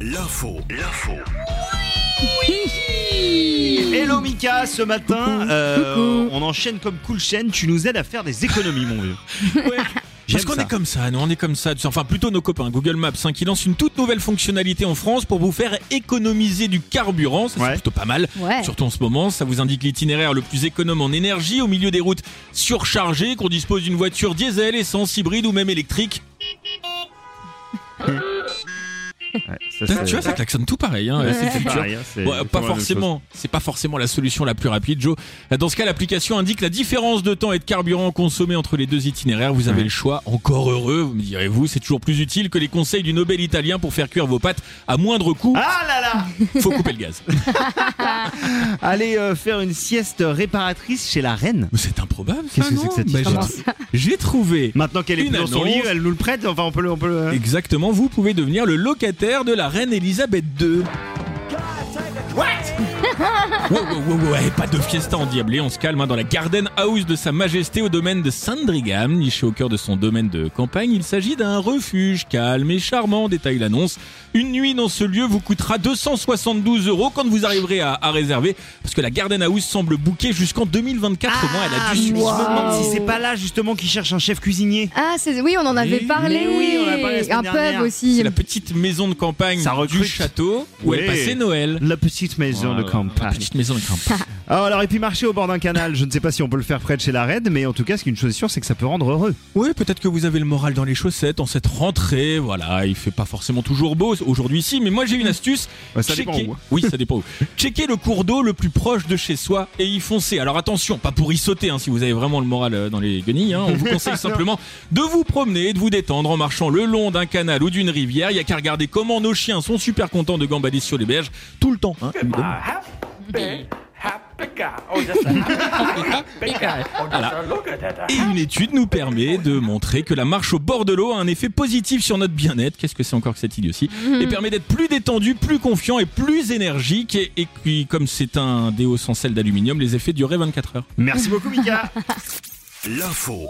L'info, l'info. Hello Mika, ce matin, Coucou. euh, Coucou. on enchaîne comme cool chaîne, tu nous aides à faire des économies mon vieux. J'aime Parce qu'on ça. est comme ça, nous on est comme ça. tu sais. Enfin, plutôt nos copains. Google Maps hein, qui lance une toute nouvelle fonctionnalité en France pour vous faire économiser du carburant. Ça, Ouais. C'est plutôt pas mal. Ouais. Surtout en ce moment, ça vous indique l'itinéraire le plus économe en énergie au milieu des routes surchargées, qu'on dispose d'une voiture diesel, essence, hybride ou même électrique. tu vois, ça klaxonne tout pareil. Hein, Ouais. c'est le C'est futur. pareil, hein, c'est Bon, pas exactement la même chose. forcément. C'est pas forcément la solution la plus rapide, Joe. Dans ce cas, l'application indique la différence de temps et de carburant consommé entre les deux itinéraires. Vous avez le choix. Encore heureux, vous me direz-vous. C'est toujours plus utile que les conseils du Nobel italien pour faire cuire vos pâtes à moindre coût. Ah là là Faut couper le gaz. Allez euh, faire une sieste réparatrice chez la reine. Mais c'est improbable. ça, Qu'est-ce que c'est non que cette Bah, histoire j'ai- J'ai trouvé. Maintenant qu'elle est Une plus dans son lit, annonce. elle nous le prête, enfin on peut le... On peut le- Exactement, vous pouvez devenir le locataire de la reine Elisabeth II. What ouais, ouais, ouais, ouais, pas de fiesta endiablée, on se calme hein, dans la Garden House de Sa Majesté au domaine de Sandringham, niché au cœur de son domaine de campagne. Il s'agit d'un refuge calme et charmant, détaille l'annonce. Une nuit dans ce lieu vous coûtera 272 euros quand vous arriverez à, à réserver, parce que la Garden House semble bouquée jusqu'en 2024. au moins, elle a Ah, dû mais je me suivre. demande si c'est pas là justement qui cherche un chef cuisinier. Ah, c'est oui, on en avait Mais parlé. oui, on en a parlé la semaine un dernière. pub aussi. C'est la petite maison de campagne Ça recrute. du château où Oui. elle passait Noël. La petite maison de Voilà, campagne. Petite maison de campagne. Ah, alors et puis marcher au bord d'un canal, je ne sais pas si on peut le faire près de chez la reine, mais en tout cas ce qu'une chose est sûre c'est que ça peut rendre heureux. Oui, peut-être que vous avez le moral dans les chaussettes en cette rentrée. Voilà, il fait pas forcément toujours beau aujourd'hui, si. Mais moi, j'ai une astuce. Ouais, ça dépend Checker- où. Oui, ça dépend où. Checkez le cours d'eau le plus proche de chez soi et y foncer. Alors attention, pas pour y sauter, hein, si vous avez vraiment le moral euh, dans les guenilles. hein. On vous conseille simplement de vous promener, et de vous détendre en marchant le long d'un canal ou d'une rivière. Il y a qu'à regarder comment nos chiens sont super contents de gambader sur les berges tout le temps. hein, évidemment. a happy, happy guy. Oh, just a happy, happy guy. Oh, just a look at that. Et une étude nous permet de montrer que la marche au bord de l'eau a un effet positif sur notre bien-être. Qu'est-ce que c'est encore que cette idiotie Et permet d'être plus détendu, plus confiant et plus énergique. Et, et puis, comme c'est un déo sans sel d'aluminium, les effets duraient 24 heures. Merci beaucoup Mika L'info